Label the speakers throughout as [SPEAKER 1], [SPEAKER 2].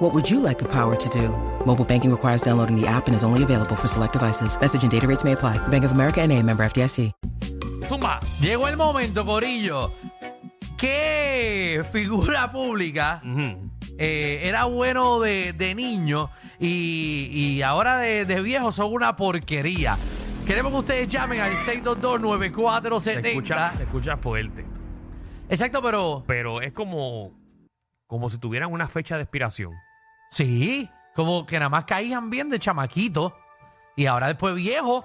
[SPEAKER 1] What would you like the power to do? Mobile banking requires downloading the app and is only available for select devices. Message and data rates may apply. Bank of America and a member FDIC.
[SPEAKER 2] Zumba, llegó el momento, Corillo. ¿Qué figura pública eh, era bueno de, de niño y, y ahora de, de viejo son una porquería? Queremos que ustedes llamen al
[SPEAKER 3] Se escucha, se
[SPEAKER 2] 622-9470.
[SPEAKER 3] escucha fuerte,
[SPEAKER 2] Exacto, pero
[SPEAKER 3] pero es como, como si tuvieran una fecha de expiración.
[SPEAKER 2] sí, como que nada más caían bien de chamaquito y ahora después viejo,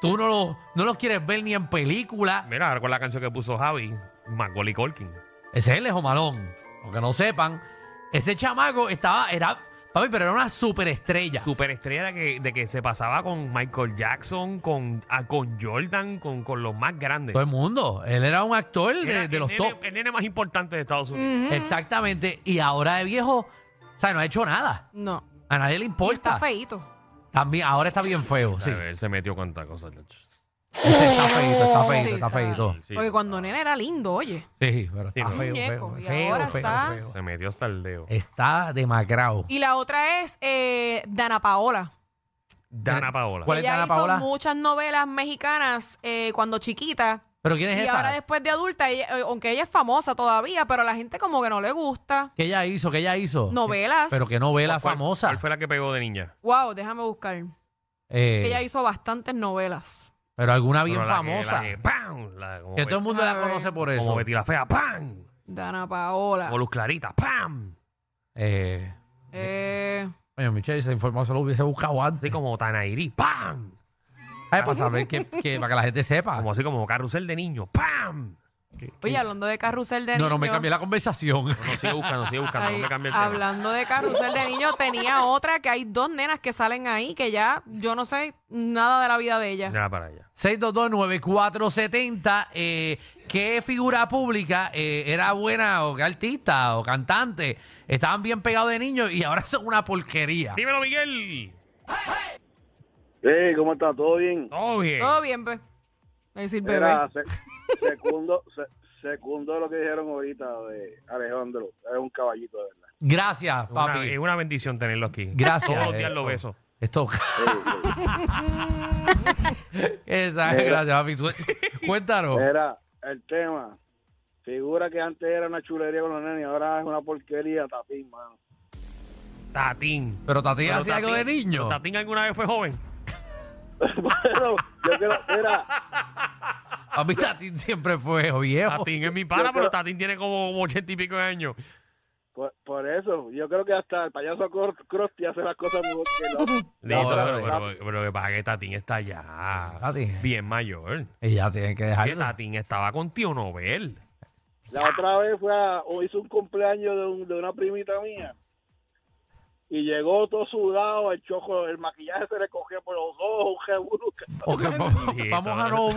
[SPEAKER 2] tú no los, no los quieres ver ni en película.
[SPEAKER 3] Mira, ahora con la canción que puso Javi, Macaulay Colkin.
[SPEAKER 2] Ese es el Alejo Malón. Aunque no sepan, ese chamaco estaba, era, papi, pero era una superestrella.
[SPEAKER 3] Superestrella que, de que se pasaba con Michael Jackson, con, ah, con Jordan, con, con los más grandes.
[SPEAKER 2] Todo el mundo. Él era un actor de,
[SPEAKER 3] Era
[SPEAKER 2] de los
[SPEAKER 3] el,
[SPEAKER 2] top.
[SPEAKER 3] nene, el nene más importante de Estados Unidos.
[SPEAKER 2] Exactamente. Y ahora de viejo, o sea, no ha hecho nada.
[SPEAKER 4] No.
[SPEAKER 2] A nadie le
[SPEAKER 4] Y Está
[SPEAKER 2] importa.
[SPEAKER 4] feito.
[SPEAKER 2] También, ahora está bien feo. Sí.
[SPEAKER 3] A ver, Él se metió con tanta cosa.
[SPEAKER 2] Ese está feito, está feito,
[SPEAKER 4] Sí,
[SPEAKER 2] está
[SPEAKER 4] está-
[SPEAKER 2] feito.
[SPEAKER 3] Sí,
[SPEAKER 4] Porque cuando nena era lindo, oye.
[SPEAKER 2] Sí, pero está
[SPEAKER 3] Sí, no.
[SPEAKER 2] feo, feo.
[SPEAKER 4] Muñeco, y
[SPEAKER 2] Feo,
[SPEAKER 4] ahora
[SPEAKER 2] feo,
[SPEAKER 4] está-
[SPEAKER 2] feo.
[SPEAKER 3] Se metió hasta el
[SPEAKER 2] Eh,
[SPEAKER 3] dedo.
[SPEAKER 2] Está demacrado.
[SPEAKER 4] Y la otra es eh, Dana Paola.
[SPEAKER 3] Dana Paola.
[SPEAKER 2] ¿Cuál es
[SPEAKER 4] Ella
[SPEAKER 2] Dana
[SPEAKER 4] hizo
[SPEAKER 2] Paola?
[SPEAKER 4] muchas novelas mexicanas eh, cuando chiquita.
[SPEAKER 2] Pero ¿quién es
[SPEAKER 4] y
[SPEAKER 2] esa?
[SPEAKER 4] ahora después de adulta, ella- eh, aunque ella es famosa todavía, pero a la gente como que no le gusta.
[SPEAKER 2] ¿Qué ella hizo? ¿Qué ella hizo?
[SPEAKER 4] Novelas.
[SPEAKER 2] Pero qué novela
[SPEAKER 3] ¿Cuál-
[SPEAKER 2] famosa.
[SPEAKER 3] ¿Cuál fue la que pegó de niña?
[SPEAKER 4] Wow, déjame buscar.
[SPEAKER 2] Eh,
[SPEAKER 4] Ella hizo bastantes novelas.
[SPEAKER 2] Pero alguna bien
[SPEAKER 3] Pero la que-
[SPEAKER 2] famosa.
[SPEAKER 3] la que, ¡pam! La- como,
[SPEAKER 2] Que todo el
[SPEAKER 3] Bet-
[SPEAKER 2] mundo la
[SPEAKER 4] A ver.
[SPEAKER 2] conoce por
[SPEAKER 3] como
[SPEAKER 2] eso.
[SPEAKER 3] Betty la Fea, ¡pam!
[SPEAKER 4] Dana
[SPEAKER 2] Ah.
[SPEAKER 4] Paola.
[SPEAKER 3] O Luz Clarita, ¡pam!
[SPEAKER 2] Eh,
[SPEAKER 4] Eh,
[SPEAKER 2] oye, Michelle, esa información lo hubiese buscado antes.
[SPEAKER 3] Así como Tanairi, ¡pam!
[SPEAKER 2] Ay, para saber que, que- para que la gente sepa.
[SPEAKER 3] Como así como carrusel de niños. ¡Pam!
[SPEAKER 4] oye, hablando de carrusel de
[SPEAKER 2] No, no, me
[SPEAKER 4] niños.
[SPEAKER 2] cambié la conversación.
[SPEAKER 3] No, sigue buscando, sigue buscando.
[SPEAKER 4] Ay,
[SPEAKER 3] no me cambie el tema.
[SPEAKER 4] hablando de carrusel de niños, tenía otra que hay dos nenas que salen ahí que ya yo no sé nada de la vida de ellas.
[SPEAKER 3] Ya para allá.
[SPEAKER 2] 6229470, eh, ¿qué figura pública eh, era buena o qué artista o cantante? Estaban bien pegados de niños y ahora son una porquería.
[SPEAKER 3] Dímelo, Miguel.
[SPEAKER 5] Hey, ¿cómo está? ¿Todo bien?
[SPEAKER 3] Todo bien.
[SPEAKER 4] Todo bien, pues. Es decir, bebé.
[SPEAKER 5] Era segundo, segundo de lo que dijeron ahorita de Alejandro. Es un caballito, de verdad.
[SPEAKER 2] Gracias,
[SPEAKER 3] Una-
[SPEAKER 2] papi.
[SPEAKER 3] es una bendición tenerlo aquí.
[SPEAKER 2] Gracias.
[SPEAKER 3] Todos los días
[SPEAKER 2] eh.
[SPEAKER 3] lo beso.
[SPEAKER 2] Esto. Esa, gracias, papi. Su- Cuéntanos.
[SPEAKER 5] Era el tema. Figura que antes era una chulería con los nenes, ahora es una porquería, tapín, mano.
[SPEAKER 3] Tatín.
[SPEAKER 2] Pero Tati
[SPEAKER 3] Pero
[SPEAKER 2] hacía algo de
[SPEAKER 3] Tatín-
[SPEAKER 2] niño.
[SPEAKER 3] pero Tatín alguna vez fue joven.
[SPEAKER 5] Bueno, yo creo, era
[SPEAKER 2] A mí Tatín siempre fue viejo.
[SPEAKER 3] Tatín es mi pana,
[SPEAKER 5] Yo
[SPEAKER 3] pero
[SPEAKER 5] creo-
[SPEAKER 3] Tatín tiene como como ochenta y pico de años.
[SPEAKER 5] por, por eso, yo creo que hasta el payaso Cor- Krusty hace las cosas mejor que los...
[SPEAKER 3] Listo,
[SPEAKER 2] no,
[SPEAKER 3] pero,
[SPEAKER 2] no.
[SPEAKER 3] pero- pero lo que pasa es que Tatín está ya
[SPEAKER 2] Tatín.
[SPEAKER 3] bien mayor.
[SPEAKER 2] Y ya tienen que
[SPEAKER 3] Que
[SPEAKER 2] dejarlo.
[SPEAKER 3] Tatín estaba con tío Nobel.
[SPEAKER 5] La otra vez fue a- o hizo un cumpleaños de, un- de una primita mía y llegó todo sudado, el choco, el maquillaje se le cogió por los ojos, un jeburu.
[SPEAKER 2] Ok, vamos,
[SPEAKER 3] Sí,
[SPEAKER 2] vamos a
[SPEAKER 3] todo.
[SPEAKER 2] no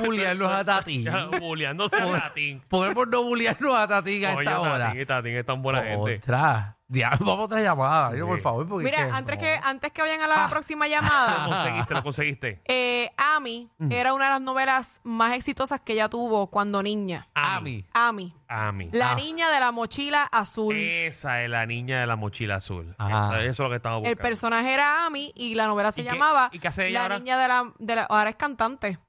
[SPEAKER 2] bullearnos a Tatín.
[SPEAKER 3] Ya Buleándose a Tatín.
[SPEAKER 2] Podemos no bullearnos a Tatín a
[SPEAKER 3] Coño,
[SPEAKER 2] esta hora.
[SPEAKER 3] Tatín, y Tatín es tan buena gente.
[SPEAKER 2] Ostras. Diablo, vamos a otra llamada, Danilo, por
[SPEAKER 3] Sí.
[SPEAKER 2] favor. Porque
[SPEAKER 4] Mira,
[SPEAKER 2] es que-
[SPEAKER 4] antes,
[SPEAKER 2] no.
[SPEAKER 4] que, antes que vayan a
[SPEAKER 3] Ah.
[SPEAKER 4] la próxima llamada,
[SPEAKER 3] Lo conseguiste, lo conseguiste.
[SPEAKER 4] eh, Ami
[SPEAKER 3] Mm.
[SPEAKER 4] era una de las novelas más exitosas que ella tuvo cuando niña.
[SPEAKER 2] Ami.
[SPEAKER 4] Ami.
[SPEAKER 3] A mí.
[SPEAKER 4] La
[SPEAKER 2] Ah.
[SPEAKER 4] niña de la mochila azul.
[SPEAKER 3] Eh, Esa es la niña de la mochila azul.
[SPEAKER 2] Ajá.
[SPEAKER 3] Esa- Eso es lo que estaba buscando.
[SPEAKER 4] El personaje era Ami y la novela se
[SPEAKER 3] ¿Y qué-
[SPEAKER 4] llamaba
[SPEAKER 3] y qué hace ella
[SPEAKER 4] La
[SPEAKER 3] ahora?
[SPEAKER 4] niña de la, de la- Ahora es cantante.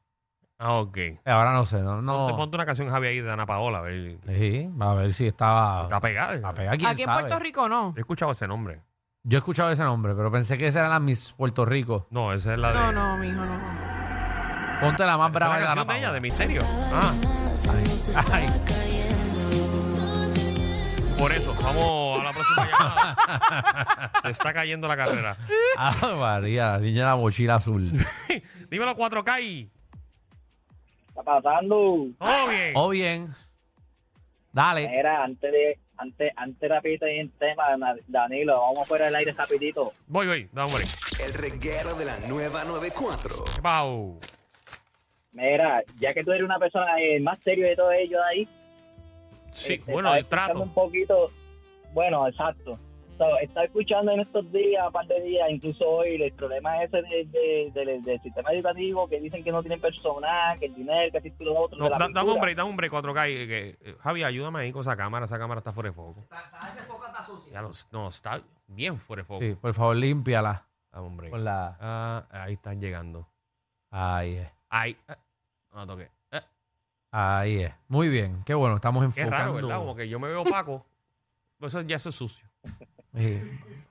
[SPEAKER 3] Ah, ok.
[SPEAKER 2] Eh, Ahora no sé, no. no.
[SPEAKER 3] Ponte, ponte una canción, Javi, ahí de Ana Paola. A ver.
[SPEAKER 2] Sí, a ver si estaba.
[SPEAKER 3] Está pegada.
[SPEAKER 2] La pega, quién
[SPEAKER 4] Aquí en
[SPEAKER 2] sabe.
[SPEAKER 4] Puerto Rico no.
[SPEAKER 3] Yo he escuchado ese nombre.
[SPEAKER 2] Yo he escuchado ese nombre, pero pensé que esa era la Miss Puerto Rico.
[SPEAKER 3] No, esa es la de.
[SPEAKER 4] No, no, mijo, no. no.
[SPEAKER 2] Ponte la
[SPEAKER 3] Esa
[SPEAKER 2] más
[SPEAKER 3] es
[SPEAKER 2] brava
[SPEAKER 3] la
[SPEAKER 2] de
[SPEAKER 3] canción
[SPEAKER 2] Ana
[SPEAKER 3] de ella, de
[SPEAKER 2] Paola.
[SPEAKER 3] Misterio. Ah,
[SPEAKER 2] Ay,
[SPEAKER 3] por eso. Vamos a la próxima llamada. Te está cayendo la carrera.
[SPEAKER 2] ah, María, la niña de la mochila azul.
[SPEAKER 3] Dímelo, 4K.
[SPEAKER 6] está pasando?
[SPEAKER 3] Todo bien.
[SPEAKER 2] O bien.
[SPEAKER 3] Eh.
[SPEAKER 2] Dale.
[SPEAKER 6] Era antes de antes antes rapidito y en tema Na- Danilo, vamos fuera del aire rapidito.
[SPEAKER 3] Voy, voy. Da, hombre.
[SPEAKER 7] El reguero de la nueva 94.
[SPEAKER 3] Pau.
[SPEAKER 6] Mira, ya que tú eres una persona eh, más serio de todos ellos ahí.
[SPEAKER 3] Sí,
[SPEAKER 6] este,
[SPEAKER 3] bueno,
[SPEAKER 6] estaba
[SPEAKER 3] el trato.
[SPEAKER 6] escuchando Un poquito, bueno, exacto. So, estaba escuchando en estos días, un par de días, incluso hoy, el problema ese de- de- del- del sistema educativo, que dicen que no tienen personal, que el dinero, que esto y lo otro.
[SPEAKER 3] No,
[SPEAKER 6] de la
[SPEAKER 3] da- dame
[SPEAKER 6] pintura.
[SPEAKER 3] un break, dame un break, 4K. y- que- eh, Javi, ayúdame ahí con esa cámara. Esa cámara está fuera de foco. Ya no, no, está bien fuera de foco.
[SPEAKER 2] Sí, por favor, límpiala
[SPEAKER 3] Dame un break.
[SPEAKER 2] con la...
[SPEAKER 3] Ah, ahí están llegando.
[SPEAKER 2] Ahí es,
[SPEAKER 3] Ahí. eh, No la toqué. Eh,
[SPEAKER 2] ahí es. Muy bien, qué bueno, estamos
[SPEAKER 3] qué raro,
[SPEAKER 2] enfocando.
[SPEAKER 3] ¿verdad? Como que yo me veo opaco. Pues Eso ya eso es sucio.
[SPEAKER 2] Sí.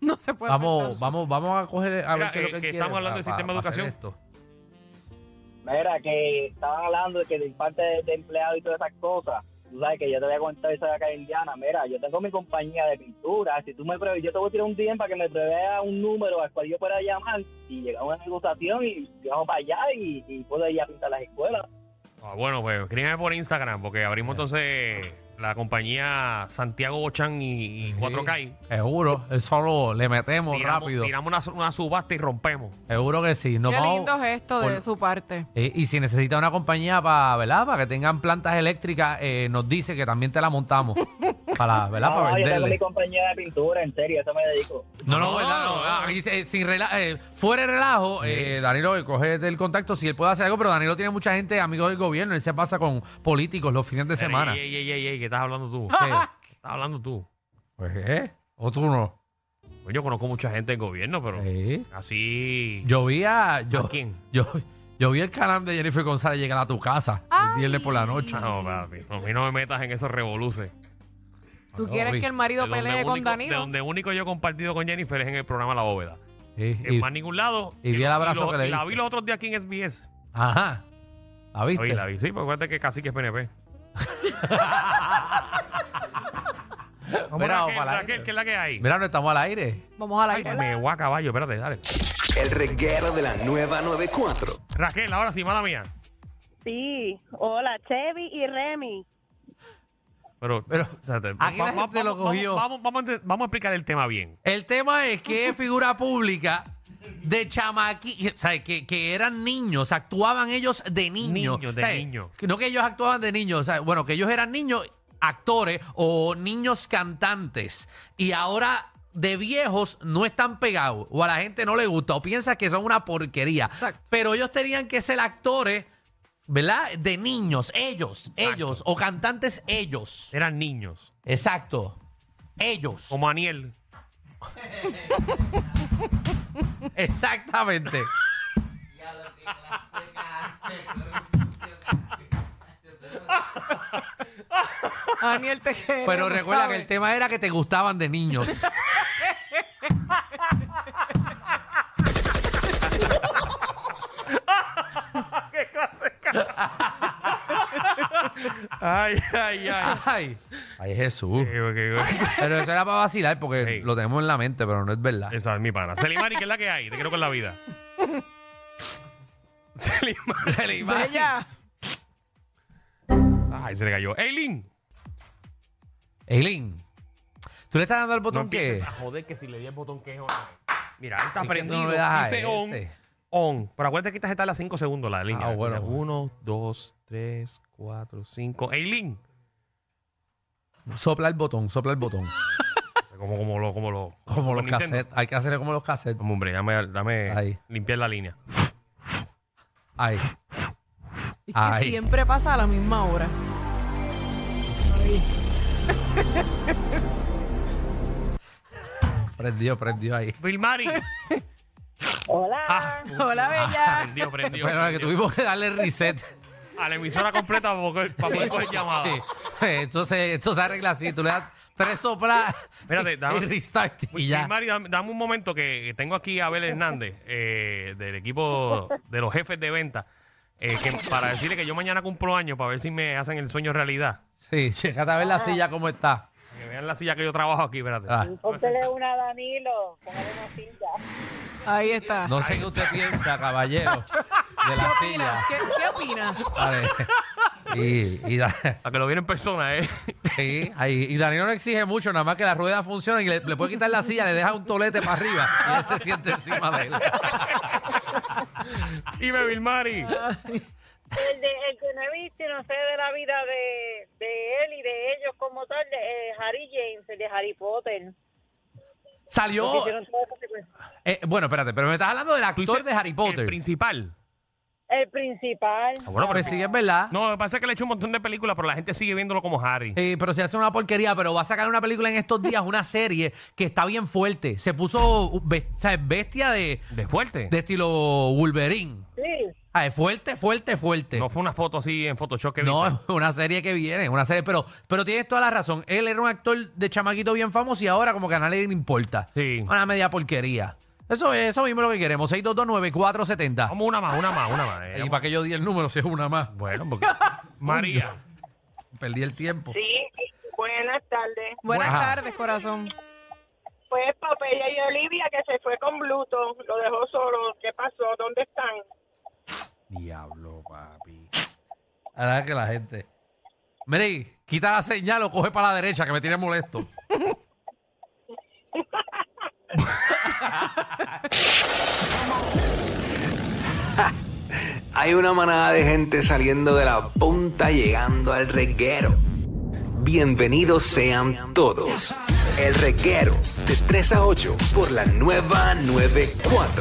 [SPEAKER 4] No se puede
[SPEAKER 2] Vamos,
[SPEAKER 4] hacer
[SPEAKER 2] vamos, vamos a coger a
[SPEAKER 3] Mira,
[SPEAKER 2] ver qué es lo
[SPEAKER 3] eh,
[SPEAKER 2] que él
[SPEAKER 3] que
[SPEAKER 2] quiere
[SPEAKER 3] estamos hablando
[SPEAKER 2] pa-
[SPEAKER 3] del sistema
[SPEAKER 2] pa-
[SPEAKER 3] de
[SPEAKER 2] pa hacer
[SPEAKER 3] educación.
[SPEAKER 2] esto.
[SPEAKER 6] Mira, que estaban hablando de que de parte de, de empleado y todas esas cosas. Tú sabes que yo te voy a contar esa de acá de Indiana. Mira, yo tengo mi compañía de pintura. Si tú me pruebes, yo te voy a tirar un día para que me prevea un número al cual yo pueda llamar y llegar a una negociación y viajo para allá y, y puedo ir a pintar las escuelas.
[SPEAKER 3] Ah, bueno, pues escríbeme por Instagram porque abrimos entonces la compañía Santiago Bochan y, y
[SPEAKER 2] Sí.
[SPEAKER 3] 4K.
[SPEAKER 2] Seguro, el solo le metemos
[SPEAKER 3] Tiramos,
[SPEAKER 2] rápido.
[SPEAKER 3] tiramos una, su- una subasta y rompemos.
[SPEAKER 2] Seguro que sí.
[SPEAKER 4] Qué
[SPEAKER 2] Nos vamos-
[SPEAKER 4] lindo gesto
[SPEAKER 2] por-
[SPEAKER 4] de su parte.
[SPEAKER 2] Eh, y si necesita una compañía para, ¿verdad? Para que tengan plantas eléctricas, eh, nos dice que también te la montamos. Para, ¿verdad?
[SPEAKER 6] No,
[SPEAKER 2] para
[SPEAKER 6] no, yo tengo mi
[SPEAKER 2] venderle.
[SPEAKER 6] compañía de pintura, en serio, eso me dedico.
[SPEAKER 2] No, no,
[SPEAKER 3] No,
[SPEAKER 2] ¿verdad? No,
[SPEAKER 3] no.
[SPEAKER 2] ah, aquí, eh, sin rela- eh, fuera de relajo, eh, Danilo, eh, coge el contacto si él puede hacer algo, pero Danilo tiene mucha gente, amigos del gobierno, él se pasa con políticos los fines de semana.
[SPEAKER 3] Ey, ey, ey, ey, ey, ¿qué estás hablando tú?
[SPEAKER 2] ¿Qué?
[SPEAKER 3] ¿Qué estás hablando tú?
[SPEAKER 2] Pues, ¿eh? ¿O tú no?
[SPEAKER 3] Pues yo conozco mucha gente del gobierno, pero
[SPEAKER 2] Sí.
[SPEAKER 3] así.
[SPEAKER 2] Yo vi a... Yo,
[SPEAKER 3] ¿A quién?
[SPEAKER 2] Yo, yo vi el canal de Jennifer González llegar a tu casa el viernes por la noche.
[SPEAKER 3] Ah, No, papi. A mí no me metas en esos revoluces.
[SPEAKER 4] ¿Tú
[SPEAKER 2] no,
[SPEAKER 4] quieres
[SPEAKER 2] vi-
[SPEAKER 4] que el marido
[SPEAKER 3] donde
[SPEAKER 4] pelee con
[SPEAKER 3] único- de
[SPEAKER 4] Danilo?
[SPEAKER 3] donde único yo he compartido con Jennifer es en el programa La Bóveda.
[SPEAKER 2] Sí,
[SPEAKER 3] En
[SPEAKER 2] y-
[SPEAKER 3] más ningún lado.
[SPEAKER 2] y vi el
[SPEAKER 3] lo-
[SPEAKER 2] abrazo
[SPEAKER 3] lo-
[SPEAKER 2] que le
[SPEAKER 3] y La
[SPEAKER 2] diste.
[SPEAKER 3] vi los otros días aquí en SBS.
[SPEAKER 2] ajá. ¿La
[SPEAKER 3] La
[SPEAKER 2] viste?
[SPEAKER 3] vi, la vi. Sí, porque acuérdate que casi que es PNP.
[SPEAKER 2] Vamos
[SPEAKER 3] Mira,
[SPEAKER 2] a-
[SPEAKER 3] Raquel,
[SPEAKER 2] para-
[SPEAKER 3] Raquel, ¿qué es la que hay?
[SPEAKER 2] Mira, no estamos al aire.
[SPEAKER 4] Vamos al
[SPEAKER 3] Ay,
[SPEAKER 4] aire.
[SPEAKER 3] me voy a caballo, espérate, dale.
[SPEAKER 8] El reguero de la nueva 94.
[SPEAKER 3] Raquel, ahora sí, mala mía.
[SPEAKER 9] Sí, hola, Chevy y Remy.
[SPEAKER 3] Pero,
[SPEAKER 2] Pero,
[SPEAKER 3] espérate,
[SPEAKER 2] aquí la gente lo cogió.
[SPEAKER 3] Vamos, vamos, vamos a ent- vamos a explicar el tema bien.
[SPEAKER 10] El tema es que es figura pública de chamaqui, o sea, que, que eran niños, actuaban ellos de niños.
[SPEAKER 3] Niños, de
[SPEAKER 10] O sea,
[SPEAKER 3] niños.
[SPEAKER 10] que No que ellos actuaban de niños, o sea, bueno, que ellos eran niños actores o niños cantantes. Y ahora de viejos no están pegados, o a la gente no le gusta, o piensa que son una porquería.
[SPEAKER 4] Exacto.
[SPEAKER 10] Pero ellos tenían que ser actores, ¿verdad? De niños, ellos, ellos, o cantantes ellos.
[SPEAKER 3] Eran niños,
[SPEAKER 10] Exacto. Ellos.
[SPEAKER 3] como Aniel.
[SPEAKER 10] Exactamente.
[SPEAKER 4] Daniel te quiere,
[SPEAKER 10] Pero
[SPEAKER 4] tú
[SPEAKER 10] recuerda que
[SPEAKER 4] sabes.
[SPEAKER 10] el tema era que te gustaban de niños.
[SPEAKER 3] Ay, ay, ay.
[SPEAKER 2] Ay, ay Jesús. Pero eso era para vacilar porque
[SPEAKER 3] Sí.
[SPEAKER 2] lo tenemos en la mente, pero no es verdad.
[SPEAKER 3] Esa es mi pana. Selimani, ¿qué es la que hay? Te quiero con la vida. Selimani.
[SPEAKER 4] Bella.
[SPEAKER 3] Ay, se le cayó. Eileen.
[SPEAKER 2] Eileen, ¿tú le estás dando al
[SPEAKER 3] No
[SPEAKER 2] botón que
[SPEAKER 3] empieces a joder que si le di el botón que es on. Mira, él está
[SPEAKER 2] ¿Y qué tú
[SPEAKER 3] prendido.
[SPEAKER 2] no le das a
[SPEAKER 3] Dice on.
[SPEAKER 2] ese?
[SPEAKER 3] On. Pero acuérdate que esta está a las 5 segundos la línea.
[SPEAKER 2] Ah, bueno,
[SPEAKER 3] Mira,
[SPEAKER 2] bueno.
[SPEAKER 3] Uno, dos, tres, cuatro, cinco. Eileen.
[SPEAKER 2] Sopla el botón, sopla el botón.
[SPEAKER 3] Como, como, lo, como, lo,
[SPEAKER 2] Como los
[SPEAKER 3] Nintendo.
[SPEAKER 2] cassettes. Hay que hacerle como los cassettes.
[SPEAKER 3] Hombre, dame, dame
[SPEAKER 2] Ahí.
[SPEAKER 3] limpiar la línea.
[SPEAKER 2] Ahí.
[SPEAKER 4] Y
[SPEAKER 2] Ay.
[SPEAKER 4] que siempre pasa a la misma hora.
[SPEAKER 2] Prendió, prendió ahí.
[SPEAKER 3] Vilmari.
[SPEAKER 9] Hola.
[SPEAKER 3] Ah,
[SPEAKER 4] Hola, bella.
[SPEAKER 3] prendió, prendió.
[SPEAKER 2] Bueno, que
[SPEAKER 3] prendió.
[SPEAKER 2] tuvimos que darle reset.
[SPEAKER 3] A la emisora completa para poder, para poder coger llamada.
[SPEAKER 2] Sí. Entonces, esto se arregla así. Tú le das tres soplas
[SPEAKER 3] Espérate,
[SPEAKER 2] y
[SPEAKER 3] dame-
[SPEAKER 2] restart. Y ya.
[SPEAKER 3] Mari, dame, dame un momento que tengo aquí a Abel Hernández, eh, del equipo de los jefes de venta, eh, que- para decirle que yo mañana cumplo años, para ver si me hacen el sueño realidad.
[SPEAKER 2] Sí, chécate a ver la silla cómo está.
[SPEAKER 3] Para Que vean la silla que yo trabajo aquí, espérate.
[SPEAKER 2] Ah,
[SPEAKER 9] Póntele una a Danilo. Póngale una cinta.
[SPEAKER 4] Ahí está.
[SPEAKER 2] no sé qué usted piensa, caballero, de la
[SPEAKER 4] ¿Qué
[SPEAKER 2] silla.
[SPEAKER 4] opinas? ¿Qué, qué opinas?
[SPEAKER 2] Vale. Y, y, da-
[SPEAKER 3] Para que lo vean en persona, ¿eh?
[SPEAKER 2] sí, ahí. Y Danilo no exige mucho, nada más que las ruedas funcionen y le, le puede quitar la silla, le deja un tolete para arriba y él se siente encima de él.
[SPEAKER 3] y Vilmari.
[SPEAKER 9] El de, el que no he visto y no sé de la vida de, de él y de ellos como tal, de, eh, Harry James, el de Harry Potter. Porque
[SPEAKER 2] Salió.
[SPEAKER 9] hicieron todo este ese secuestro.
[SPEAKER 2] eh, bueno, espérate, pero me estás hablando del
[SPEAKER 3] Tú
[SPEAKER 2] actor
[SPEAKER 3] dices
[SPEAKER 2] de Harry
[SPEAKER 3] El
[SPEAKER 2] Potter.
[SPEAKER 3] principal.
[SPEAKER 9] El principal.
[SPEAKER 2] Ah, bueno, pero sí, es verdad.
[SPEAKER 3] No, lo que pasa es que le he hecho un montón de películas, pero la gente sigue viéndolo como Harry.
[SPEAKER 2] Eh, pero se hace una porquería, pero va a sacar una película en estos días, una serie que está bien fuerte. Se puso uh, be- o sea, bestia de,
[SPEAKER 3] De fuerte.
[SPEAKER 2] de estilo Wolverine.
[SPEAKER 9] Sí.
[SPEAKER 2] Ah, es fuerte, fuerte, fuerte.
[SPEAKER 3] No fue una foto así en Photoshop que
[SPEAKER 2] No,
[SPEAKER 3] viste.
[SPEAKER 2] es una serie que viene, una serie, pero, pero tienes toda la razón. Él era un actor de chamaquito bien famoso y ahora como que a nadie le importa.
[SPEAKER 3] Sí.
[SPEAKER 2] Una media porquería. Eso es, eso mismo es lo que queremos, 6229470.
[SPEAKER 3] Vamos una más, una más, una más. eh.
[SPEAKER 2] Y para que yo di el número si es una más.
[SPEAKER 3] Bueno, porque... María.
[SPEAKER 2] Perdí el tiempo.
[SPEAKER 9] Sí, buenas tardes.
[SPEAKER 4] Buenas
[SPEAKER 2] Ajá.
[SPEAKER 4] tardes, corazón.
[SPEAKER 9] Pues Papella y Olivia que se fue con Bluto, lo dejó solo. ¿Qué pasó? ¿Dónde están?
[SPEAKER 3] Diablo, papi.
[SPEAKER 2] Ahora que la gente. Mire, quita la señal o coge para la derecha que me tiene molesto.
[SPEAKER 8] Hay una manada de gente saliendo de la punta llegando al reguero. Bienvenidos sean todos. El reguero de 3 a 8 por la nueva 94.